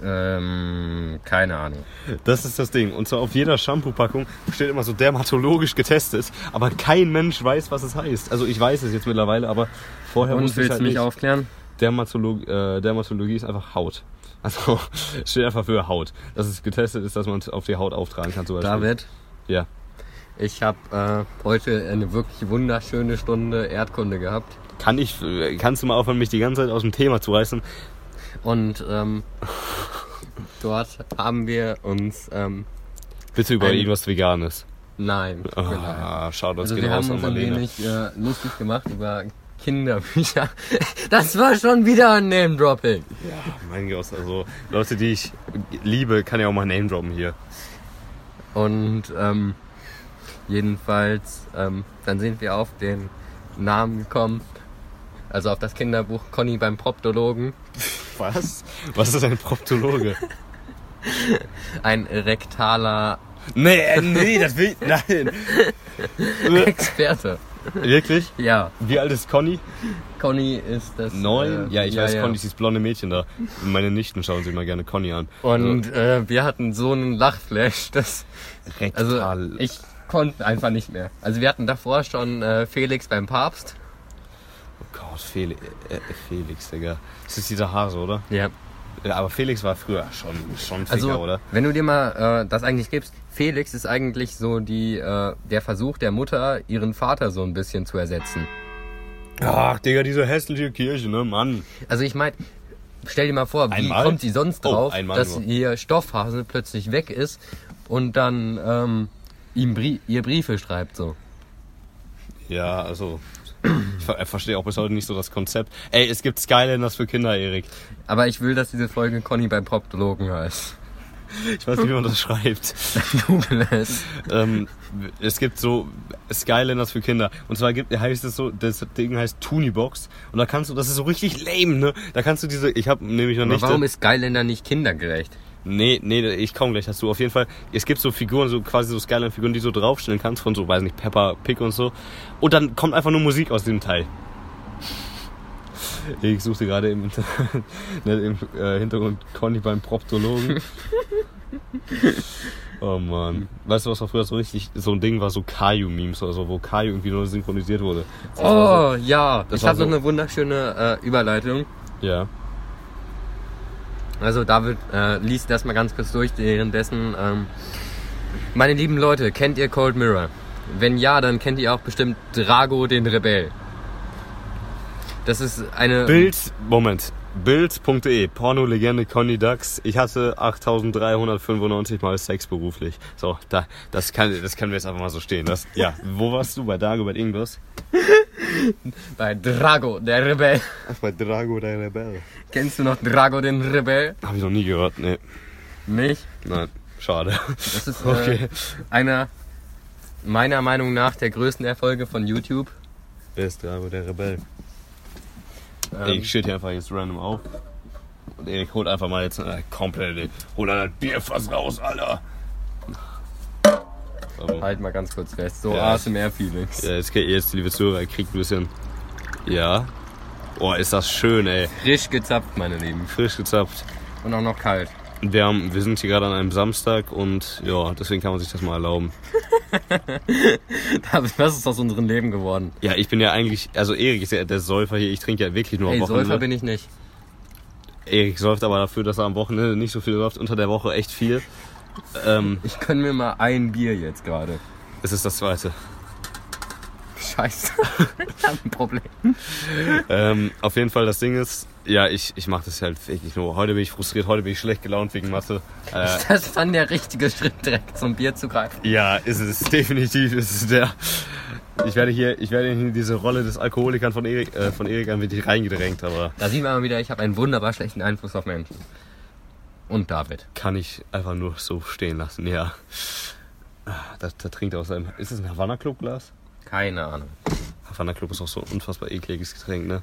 Ähm, keine Ahnung. Das ist das Ding. Und zwar auf jeder Shampoo-Packung steht immer so dermatologisch getestet, aber kein Mensch weiß, was es heißt. Also ich weiß es jetzt mittlerweile, aber vorher Und wusste ich willst halt du mich nicht. aufklären? Dermatolog äh, Dermatologie ist einfach Haut. Also steht einfach für Haut. Dass es getestet ist, dass man es auf die Haut auftragen kann. Zum Beispiel. David, Ja. ich habe äh, heute eine wirklich wunderschöne Stunde Erdkunde gehabt. Kann ich, äh, kannst du mal aufhören, mich die ganze Zeit aus dem Thema zu reißen? Und ähm, dort haben wir uns... Ähm, Bitte über Ein- irgendwas Veganes. nein, tut mir leid. Ah, schade, das Also geht wir raus haben an uns ein Marlene. wenig äh, lustig gemacht über Kinderbücher. Das war schon wieder ein Name-Dropping. Mein Gott, also Leute, die ich liebe, kann ja auch mal Name droppen hier. Und ähm, jedenfalls, ähm, dann sind wir auf den Namen gekommen, also auf das Kinderbuch Conny beim Proptologen. Was? Was ist ein Proptologe? Ein rektaler Nee, äh, nee, das will ich. Nein. Experte. Wirklich? Ja, Wie alt ist Conny? Conny ist das. Neun? äh, ja, ich weiß, Conny ist dieses blonde Mädchen da. Meine Nichten schauen sich mal gerne Conny an. Und äh, wir hatten so einen Lachflash, dass also ich konnte einfach nicht mehr. Also wir hatten davor schon äh, Felix beim Papst. oh Gott, Felix, äh, äh, Felix, Digga. Das ist dieser Hase, oder? Ja. Ja, aber Felix war früher schon, schon Ficker, Also oder? wenn du dir mal äh, das eigentlich gibst, Felix ist eigentlich so die äh, der Versuch der Mutter ihren Vater so ein bisschen zu ersetzen. Ach, Digga, diese hässliche Kirche, ne, Mann. Also ich meine, stell dir mal vor, wie Einmal? kommt sie sonst Oh, drauf, einmal dass nur. ihr Stoffhase plötzlich weg ist und dann ähm, ihm Brie ihr Briefe schreibt so. Ja, also. Ich ver- äh, verstehe auch bis heute nicht so das Konzept. Ey, es gibt Skylanders für Kinder, Erik. Aber ich will, dass diese Folge Conny beim Proptologen heißt. Ich weiß nicht, wie man das schreibt. Google es. ähm, es gibt so Skylanders für Kinder. Und zwar gibt, heißt es so, das Ding heißt Tunibox. Und da kannst du, das ist so richtig lame, ne? Da kannst du diese, ich habe nämlich noch Aber nicht. warum ist Skylander nicht kindergerecht? Nee, nee, ich komme gleich dazu. Auf jeden Fall, es gibt so Figuren, so quasi so Skyline-Figuren, die du draufstellen kannst von so, weiß nicht, Peppa Pig und so. Und dann kommt einfach nur Musik aus dem Teil. Ich suchte gerade im, Inter- ne, im äh, Hintergrund Conny beim Proptologen. Oh Mann. Weißt du, was war früher so richtig so ein Ding war? So Caillou-Memes oder so, wo Caillou irgendwie nur synchronisiert wurde. Das war Oh, ja. Das ich war habe so. noch eine wunderschöne äh, Überleitung. So, ja. Also David, äh, liest das mal ganz kurz durch, währenddessen. Ähm, meine lieben Leute, kennt ihr Cold Mirror? Wenn ja, dann kennt ihr auch bestimmt Drago den Rebell. Das ist eine... Bild, Moment. Bild.de, Pornolegende Conny Dax. Ich hatte 8395 Mal Sex beruflich. So, da, das kann, das können wir jetzt einfach mal so stehen lassen. Ja, wo warst du? Bei Dagobert Inglis? Bei Drago, der Rebell. Bei Drago der Rebell. Kennst du noch Drago den Rebell? Hab ich noch nie gehört, nee. Nicht? Nein, schade. Das ist äh, Okay. einer meiner Meinung nach der größten Erfolge von YouTube. Wer ist Drago der Rebell? Ähm, ich steht hier einfach jetzt random auf. Und Erik holt einfach mal jetzt äh, komplett, holt ein Bierfass raus, Alter. Aber- Halt mal ganz kurz fest. So Ja. ASMR-Feelings. Ja, jetzt, jetzt, liebe Zuhörer, kriegt ein bisschen. Ja. Oh, ist das schön, ey. Frisch gezapft, meine Lieben. Frisch gezapft. Und auch noch kalt. Und Wir, haben, wir sind hier gerade an einem Samstag und ja, deswegen kann man sich das mal erlauben. David, Was ist aus unserem Leben geworden? Ja, ich bin ja eigentlich, also Erik ist ja der Säufer hier, ich trinke ja wirklich nur am Ey, Wochenende. Säufer bin ich nicht. Erik säuft aber dafür, dass er am Wochenende nicht so viel säuft, unter der Woche echt viel. Ähm, Ich gönn mir mal ein Bier jetzt gerade. es ist das zweite. Scheiße. ich hab ein Problem. Ähm, auf jeden Fall, das Ding ist, ja, ich, ich mache das halt wirklich nur. Heute bin ich frustriert, heute bin ich schlecht gelaunt wegen Mathe. Äh, Ist das dann der richtige Schritt, direkt zum Bier zu greifen? Ja, ist es. Definitiv ist es der. Ich werde hier, ich werde in diese Rolle des Alkoholikern von Erik, äh, von Erik an wirklich reingedrängt, aber Da sieht man mal wieder, ich habe einen wunderbar schlechten Einfluss auf Menschen. Und David. kann ich einfach nur so stehen lassen, ja. Ah, Da, da trinkt er aus einem. Ist es ein Havanna Club Glas? Keine Ahnung. Havanna Club ist auch so ein unfassbar ekliges Getränk, ne?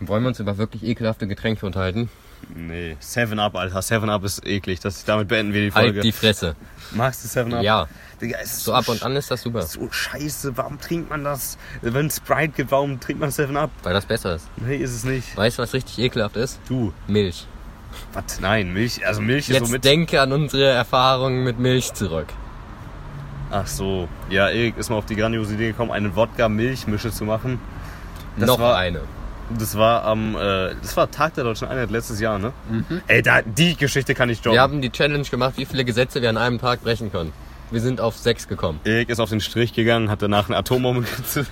Wollen wir uns über wirklich ekelhafte Getränke unterhalten? Nee. Seven Up, Alter. Seven Up ist eklig. Das, damit beenden wir die Folge. Halt die Fresse. Magst du Seven Up? Ja. Digga, es ist So ab und an ist das super, So scheiße, warum trinkt man das? Wenn es Sprite gibt, warum trinkt man Seven Up? weil das besser ist. Nee, ist es nicht. Weißt du, was richtig ekelhaft ist? Du. Milch. Was? Nein, Milch. Also Milch ist Jetzt so mit. denke an unsere Erfahrungen mit Milch zurück. Ach so. Ja, Erik ist mal auf die grandiose Idee gekommen, eine Wodka-Milchmische zu machen. Das Noch war- eine. Das war am, äh, das war Tag der Deutschen Einheit letztes Jahr, ne? Ey, da, die Geschichte kann ich droppen. Wir haben die Challenge gemacht, wie viele Gesetze wir an einem Tag brechen können. Wir sind auf sechs gekommen. Erik ist auf den Strich gegangen, hat danach eine Atombombe gezündet.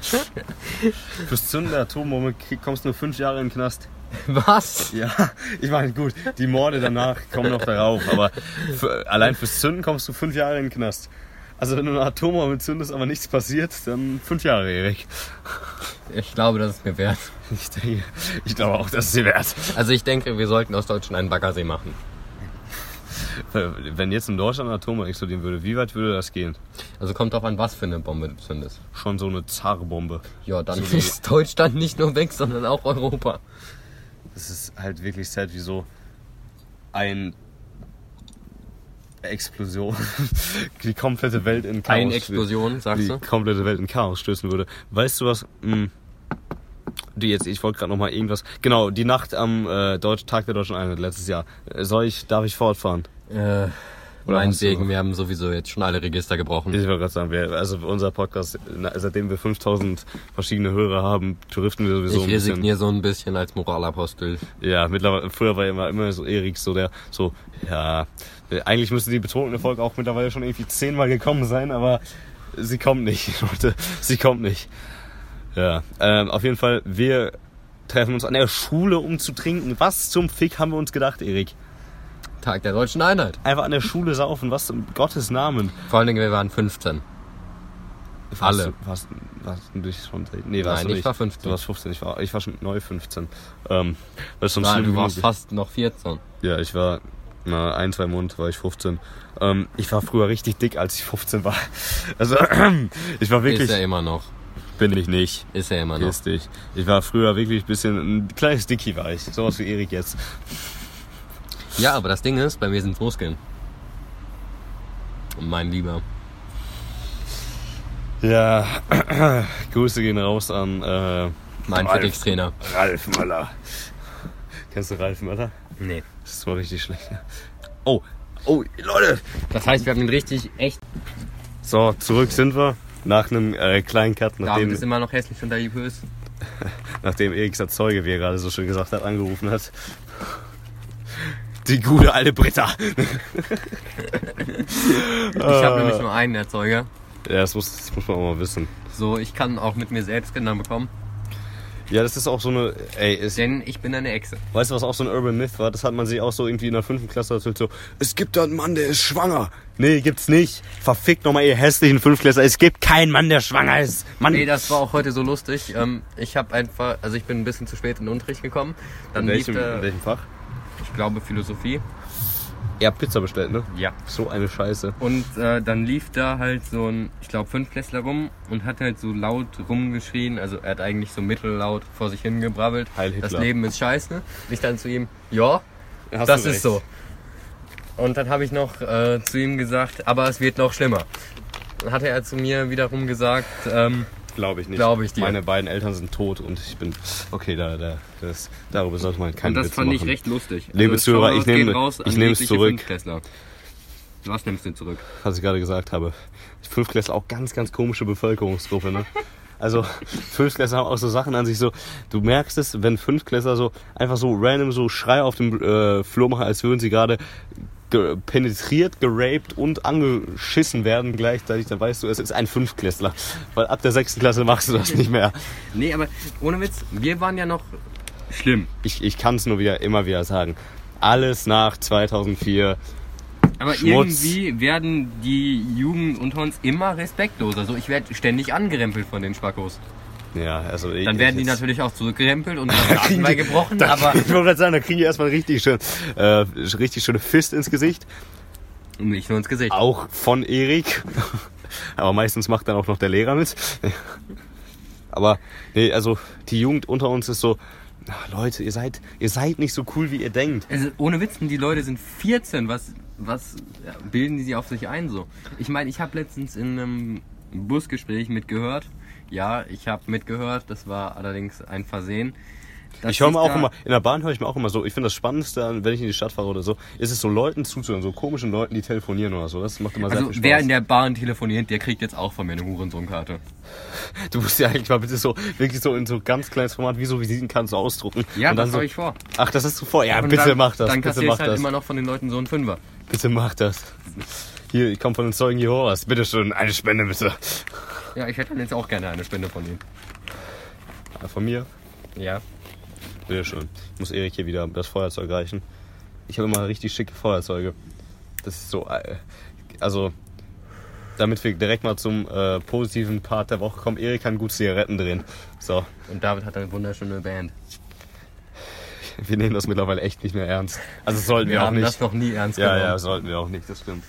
Fürs Zünden der Atombombe krieg- kommst du nur fünf Jahre in den Knast. Was? Ja, ich meine, gut, die Morde danach kommen noch darauf, aber für, allein fürs Zünden kommst du fünf Jahre in den Knast. Also wenn du eine Atombombe zündest, aber nichts passiert, dann fünf Jahre, Erik. Ich glaube, das ist mir wert. Ich denke, ich glaube auch, das ist sie wert. Also ich denke, wir sollten aus Deutschland einen Baggersee machen. Äh, Wenn jetzt in Deutschland ein Atom explodieren würde, wie weit würde das gehen? Also kommt drauf an, was für eine Bombe du zündest. Schon so eine Zarbombe. Ja, dann So wie- ist Deutschland nicht nur weg, sondern auch Europa. es ist halt wirklich sad, wie so ein Explosion die komplette Welt in Chaos Eine stürzt. Explosion, die sagst du? komplette Welt in Chaos stürzen würde. Weißt du was? Hm. Die jetzt, ich wollte gerade noch mal irgendwas. Genau, die Nacht am äh, Deutsch, Tag der Deutschen Einheit letztes Jahr. Äh, Soll ich, darf ich fortfahren? Äh, Oder mein hast du- Segen, wir haben sowieso jetzt schon alle Register gebrochen. Ich wollte gerade sagen, wir, also unser Podcast, na, seitdem wir 5000 verschiedene Hörer haben, driften wir sowieso Ich ein bisschen. resigniere so ein bisschen als Moralapostel. Ja, mittlerweile, früher war ja immer, immer so Erik so der, so, ja, äh, eigentlich müsste die betrunkene Folge auch mittlerweile schon irgendwie zehnmal gekommen sein, aber sie kommt nicht, Leute, sie kommt nicht. Ja, ähm, auf jeden Fall, wir treffen uns an der Schule, um zu trinken. Was zum Fick haben wir uns gedacht, Erik? Tag der deutschen Einheit. Einfach an der Schule saufen, was um Gottes Namen? Vor allen Dingen, wir waren 15. Warst Alle. Du, warst, warst du nicht schon, nee, warst Nein, du ich nicht. war 15. Du warst 15, ich war, ich war schon neu 15. Ähm, das ist schon Nein, schlimm du warst genug. fast noch 14. Ja, ich war na, ein, zwei Monate war ich 15. Ähm, ich war früher richtig dick, als ich 15 war. Also ich war Ist wirklich. er Genau. immer noch. Bin ich nicht. Ist er immer noch. Piss dich. Ich war früher wirklich ein bisschen. Ein kleines Dicky war ich. Sowas wie Erik jetzt. Ja, aber das Ding ist, bei mir sind Muskeln. Mein Lieber. Ja. Grüße gehen raus an äh, Mein Ralf. Fittigstrainer. Ralf Möller. Kennst du Ralf Möller? Nee. Das ist mal richtig schlecht. Oh. Oh, Leute. Das heißt, wir haben ihn richtig echt. So, zurück sind wir. Nach einem äh, kleinen Cut, David nachdem, ist immer noch hässlich und adipös. nachdem Erik Zeuge, wie er gerade so schön gesagt hat, angerufen hat. Die gute alte Britta. Ich habe nämlich nur einen Erzeuger. Ja, das muss, das muss man auch mal wissen. So, ich kann auch mit mir selbst Kinder bekommen. Ja, das ist auch so eine. Ey, ist, Denn ich bin eine Echse. weißt du, was auch so ein Urban Myth war? Das hat man sich auch so irgendwie in der fünften Klasse erzählt, so: Es gibt da einen Mann, der ist schwanger. Nee, gibt's nicht. Verfickt nochmal, ihr hässlichen Fünftklässler. Es gibt keinen Mann, der schwanger ist. Mann. Nee, das war auch heute so lustig. Ähm, ich habe einfach, also ich bin ein bisschen zu spät in den Unterricht gekommen. Dann in, lief, welchem, in äh, welchem Fach? ich glaube, Philosophie. Ihr habt Pizza bestellt, ne? Ja. So eine Scheiße. Und äh, dann lief da halt so ein, ich glaube, Fünftklässler rum und hat halt so laut rumgeschrien. Also er hat eigentlich so mittellaut vor sich hingebrabbelt. Heil Hitler. Das Leben ist scheiße. Ich dann zu ihm, ja, Hast das du ist recht. so. Und dann habe ich noch äh, zu ihm gesagt, aber es wird noch schlimmer. Dann hatte er zu mir wiederum gesagt, ähm, Glaube ich nicht. Glaube ich dir. Meine beiden Eltern sind tot und ich bin. Okay, da, da, das, darüber sollte man keinen und das Witz fand machen. ich recht lustig. Liebe das Zuhörer, ich Shoutout geht nehme- raus an ich nehme es jegliche zurück. Fünftklässler. Was nimmst du zurück? Was ich gerade gesagt habe. Fünftklässler auch ganz, ganz komische Bevölkerungsgruppe, ne? Also Fünftklässler haben auch so Sachen an sich so. Du merkst es, wenn Fünftklässler so einfach so random so Schreie auf dem äh, Flur machen, als würden sie gerade ge penetriert, geraped und angeschissen werden gleichzeitig, dann weißt du, es ist ein Fünftklässler. Weil ab der sechsten Klasse machst du das nicht mehr. Nee, aber ohne Witz, wir waren ja noch schlimm. ich, ich kann es nur wieder immer wieder sagen. Alles nach 2004. Aber Schmutz. irgendwie werden die Jugend unter uns immer respektloser. So, ich werde ständig angerempelt von den Spackos. Ja, also ich, Dann werden die ich jetzt- natürlich auch zurückgerempelt und dann mal gebrochen. Da, Aber ich wollte gerade sagen, da kriegen die erstmal richtig schön, äh, richtig schöne Fist ins Gesicht. nicht nur ins Gesicht. Auch von Erik. Aber meistens macht dann auch noch der Lehrer mit. Aber nee, also die Jugend unter uns ist so, na, Leute, ihr seid, ihr seid nicht so cool, wie ihr denkt. Also, ohne Witz, die Leute sind 14. Was, was ja, bilden die sie auf sich ein so? Ich meine, ich habe letztens in einem Busgespräch mitgehört. Ja, ich habe mitgehört. Das war allerdings ein Versehen. dass Ich höre sich mir auch da- immer, in der Bahn höre ich mir auch immer so, ich finde das Spannendste, an, wenn ich in die Stadt fahre oder so, ist es so Leuten zuzuhören, so komischen Leuten, die telefonieren oder so. Das macht immer sehr Also, viel Spaß. wer in der Bahn telefoniert, der kriegt jetzt auch von mir eine Hurensohnkarte. Du musst ja eigentlich mal bitte so, wirklich so in so ganz kleines Format, wie so Visitenkarten so ausdrucken. Ja, Und dann das so, habe ich vor. Ach, das ist zuvor. Ja, Und bitte dann, mach das. Dann bitte kassierst mach halt das. immer noch von den Leuten so einen Fünfer. Bitte mach das. Hier, ich komme von den Zeugen Jehovas. Bitte schön, eine Spende bitte. Ja, ich hätte dann jetzt auch gerne eine Spende von ihnen. Ja, Von mir? Ja. Bitte schön. Ich muss Erik hier wieder das Feuerzeug reichen. Ich habe immer richtig schicke Feuerzeuge. Das ist so. äh, Also, damit wir direkt mal zum äh, positiven Part der Woche kommen. Erik kann gut Zigaretten drehen. So, Und David hat eine wunderschöne Band. wir nehmen das mittlerweile echt nicht mehr ernst. Also sollten wir, Wir auch haben nicht. das noch nie ernst Ja, genommen. ja, sollten wir auch nicht, das stimmt.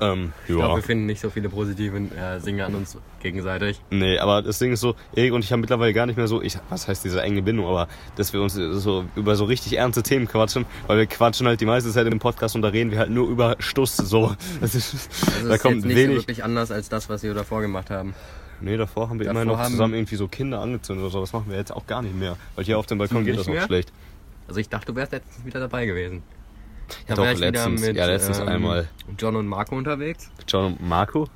Ähm, ja. Genau. Ich glaube, wir finden nicht so viele positive äh, Dinge an uns gegenseitig. Nee, aber das Ding ist so, Erik und ich haben mittlerweile gar nicht mehr so, ich, was heißt diese enge Bindung, aber dass wir uns so über so richtig ernste Themen quatschen, weil wir quatschen halt die meiste Zeit im Podcast und da reden wir halt nur über Stuss, so. Das ist, Also da es ist kommt jetzt nicht so wenig. wirklich anders als das, was wir davor gemacht haben. nee, davor haben wir Davor immer noch haben- zusammen irgendwie so Kinder angezündet oder so, das machen wir jetzt auch gar nicht mehr, weil hier auf dem Balkon geht Nicht das noch mehr? schlecht. Also ich dachte, du wärst letztens wieder dabei gewesen. Da Doch, war ich wieder ähm, letztens. Ja, letztens einmal. John und Marco unterwegs. John und Marco?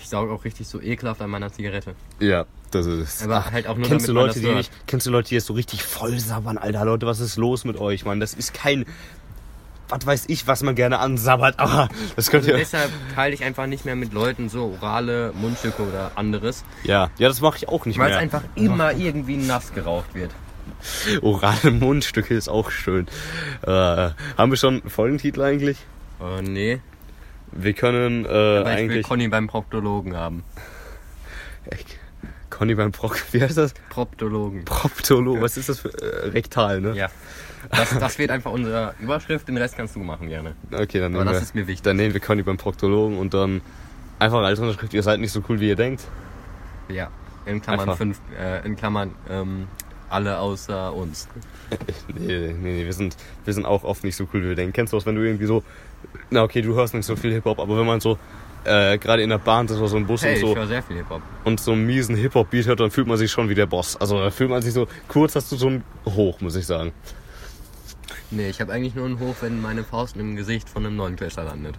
Ich sauge auch richtig so ekelhaft an meiner Zigarette. Ja, das ist es. Aber halt auch nur Kennst damit du man Leute, das die hört. nicht, kennst du Leute, die jetzt so richtig voll sabbern, Alter? Leute, was ist los mit euch, Mann? Das ist kein, was weiß ich, was man gerne ansabbert, aber das könnt ihr. Also Deshalb teile ich einfach nicht mehr mit Leuten so orale Mundstücke oder anderes, Ja, ja, das mache ich auch nicht weil es mehr. einfach immer irgendwie nass geraucht wird. Orale Mundstücke ist auch schön. Äh, haben wir schon einen Folgentitel eigentlich? Oh nee, Wir können äh, weil ich will eigentlich. Conny beim Proktologen haben. Ey, Conny beim Prock. Wie heißt das? Proktologen. Proptolo. Was ist das für äh, Rektal, ne? Ja. Das, das wird einfach unsere Überschrift, den Rest kannst du machen gerne. Okay, dann Aber nehmen, das wir, ist mir wichtig. dann nehmen wir Conny beim Proktologen und dann einfach als Unterschrift, ihr seid nicht so cool, wie ihr denkt. Ja. In Klammern Einfach. fünf, äh, in Klammern ähm, alle außer uns. Nee, nee, nee, wir sind, wir sind auch oft nicht so cool, wie wir denken. Kennst du das, wenn du irgendwie so, na okay, du hörst nicht so viel Hip-Hop, aber wenn man so äh, gerade in der Bahn ist oder so im Bus Hey, und ich so höre sehr viel Hip-Hop. und so einen miesen Hip-Hop-Beat hört, dann fühlt man sich schon wie der Boss. Also da fühlt man sich so, kurz hast du so ein Hoch, muss ich sagen. Nee, ich habe eigentlich nur einen Hof, wenn meine Faust im Gesicht von einem neuen Klässler landet.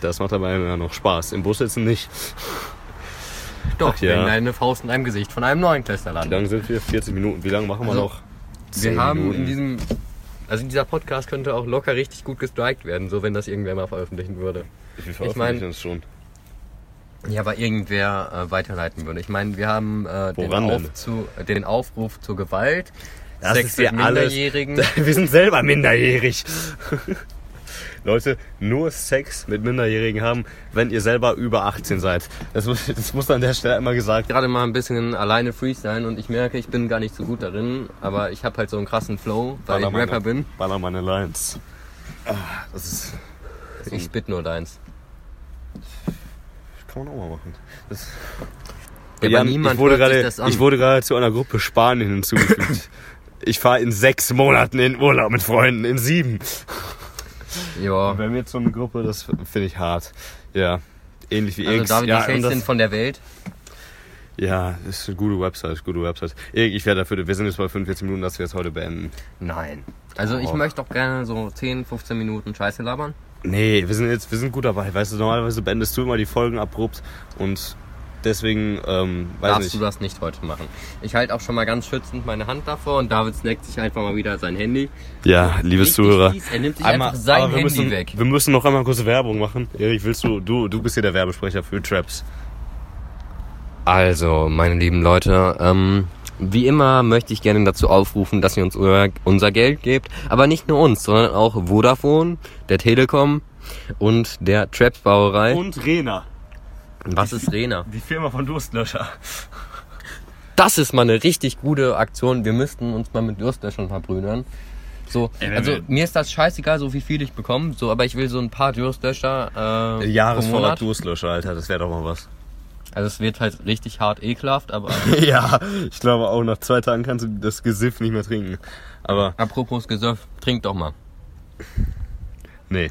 Das macht aber immer noch Spaß. Im Bus sitzen nicht. Doch, Ach ja. wenn deine Faust in einem Gesicht von einem neuen Klässler Wie landet. lange sind wir? 40 Minuten. Wie lange machen wir Also, noch? Wir Zehn haben in Minuten. diesem. Also dieser Podcast könnte auch locker richtig gut gestrikt werden, so wenn das irgendwer mal veröffentlichen würde. Wie ich veröffentlichen mein- wir uns schon? Ja, aber irgendwer äh, weiterleiten würde. Ich meine, wir haben äh, den, Woran denn? Auf zu, äh, den Aufruf zur Gewalt, Das Sex ist ja mit alles- Minderjährigen. Wir sind selber minderjährig. Leute, nur Sex mit Minderjährigen haben, wenn ihr selber über 18 seid. Das muss, das muss an der Stelle immer gesagt werden. Gerade mal ein bisschen alleine freestylen und ich merke, ich bin gar nicht so gut darin, aber ich habe halt so einen krassen Flow, weil ich Rapper bin. Ballermann Alliance. Ah, Das ist, Ich spit nur deins. das kann man auch mal machen. Das, Ja, aber Jan, niemand ich wurde hört sich gerade, das an. ich wurde gerade zu einer Gruppe Spanien hinzugefügt. ich fahre in sechs Monaten in Urlaub mit Freunden, in sieben. Ja. Bei mir jetzt so eine Gruppe, das finde ich hart. Ja, ähnlich wie Also X. David, ja, die und Fails das- sind von der Welt. Ja, ist eine gute Website, gute Website. Ich ich wäre dafür, wir sind jetzt bei 45 Minuten, dass wir es heute beenden. Nein. Also ich Doch. möchte auch gerne so 10, 15 Minuten Scheiße labern. Nee, wir sind jetzt, wir sind gut dabei. Weißt du, normalerweise beendest du immer die Folgen abrupt und deswegen, ähm, weiß Darfst nicht. du das nicht heute machen. Ich halte auch schon mal ganz schützend meine Hand davor und David snackt sich einfach mal wieder sein Handy. Ja, liebes Richtig Zuhörer. fies, er nimmt sich Einmal, einfach sein aber wir Handy müssen, weg. Wir müssen noch einmal kurze Werbung machen. Erik, willst du, du, du bist hier der Werbesprecher für Traps. Also, meine lieben Leute, ähm, wie immer möchte ich gerne dazu aufrufen, dass ihr uns euer, unser Geld gebt. Aber nicht nur uns, sondern auch Vodafone, der Telekom und der Traps-Brauerei. Und Rena, Was ist Rena? die Firma von Durstlöscher. Das ist mal eine richtig gute Aktion. Wir müssten uns mal mit Durstlöschern verbrüdern. So, Ey, wenn also wir- mir ist das scheißegal, so wie viel ich bekomme, so, aber ich will so ein paar Durstlöscher äh, pro Jahresvoller Monat. Durstlöscher, Alter, das wäre doch mal was. Also es wird halt richtig hart ekelhaft, aber ja, ich glaube auch, nach zwei Tagen kannst du das Gesiff nicht mehr trinken. Aber apropos Gesöff, trink doch mal. Nee,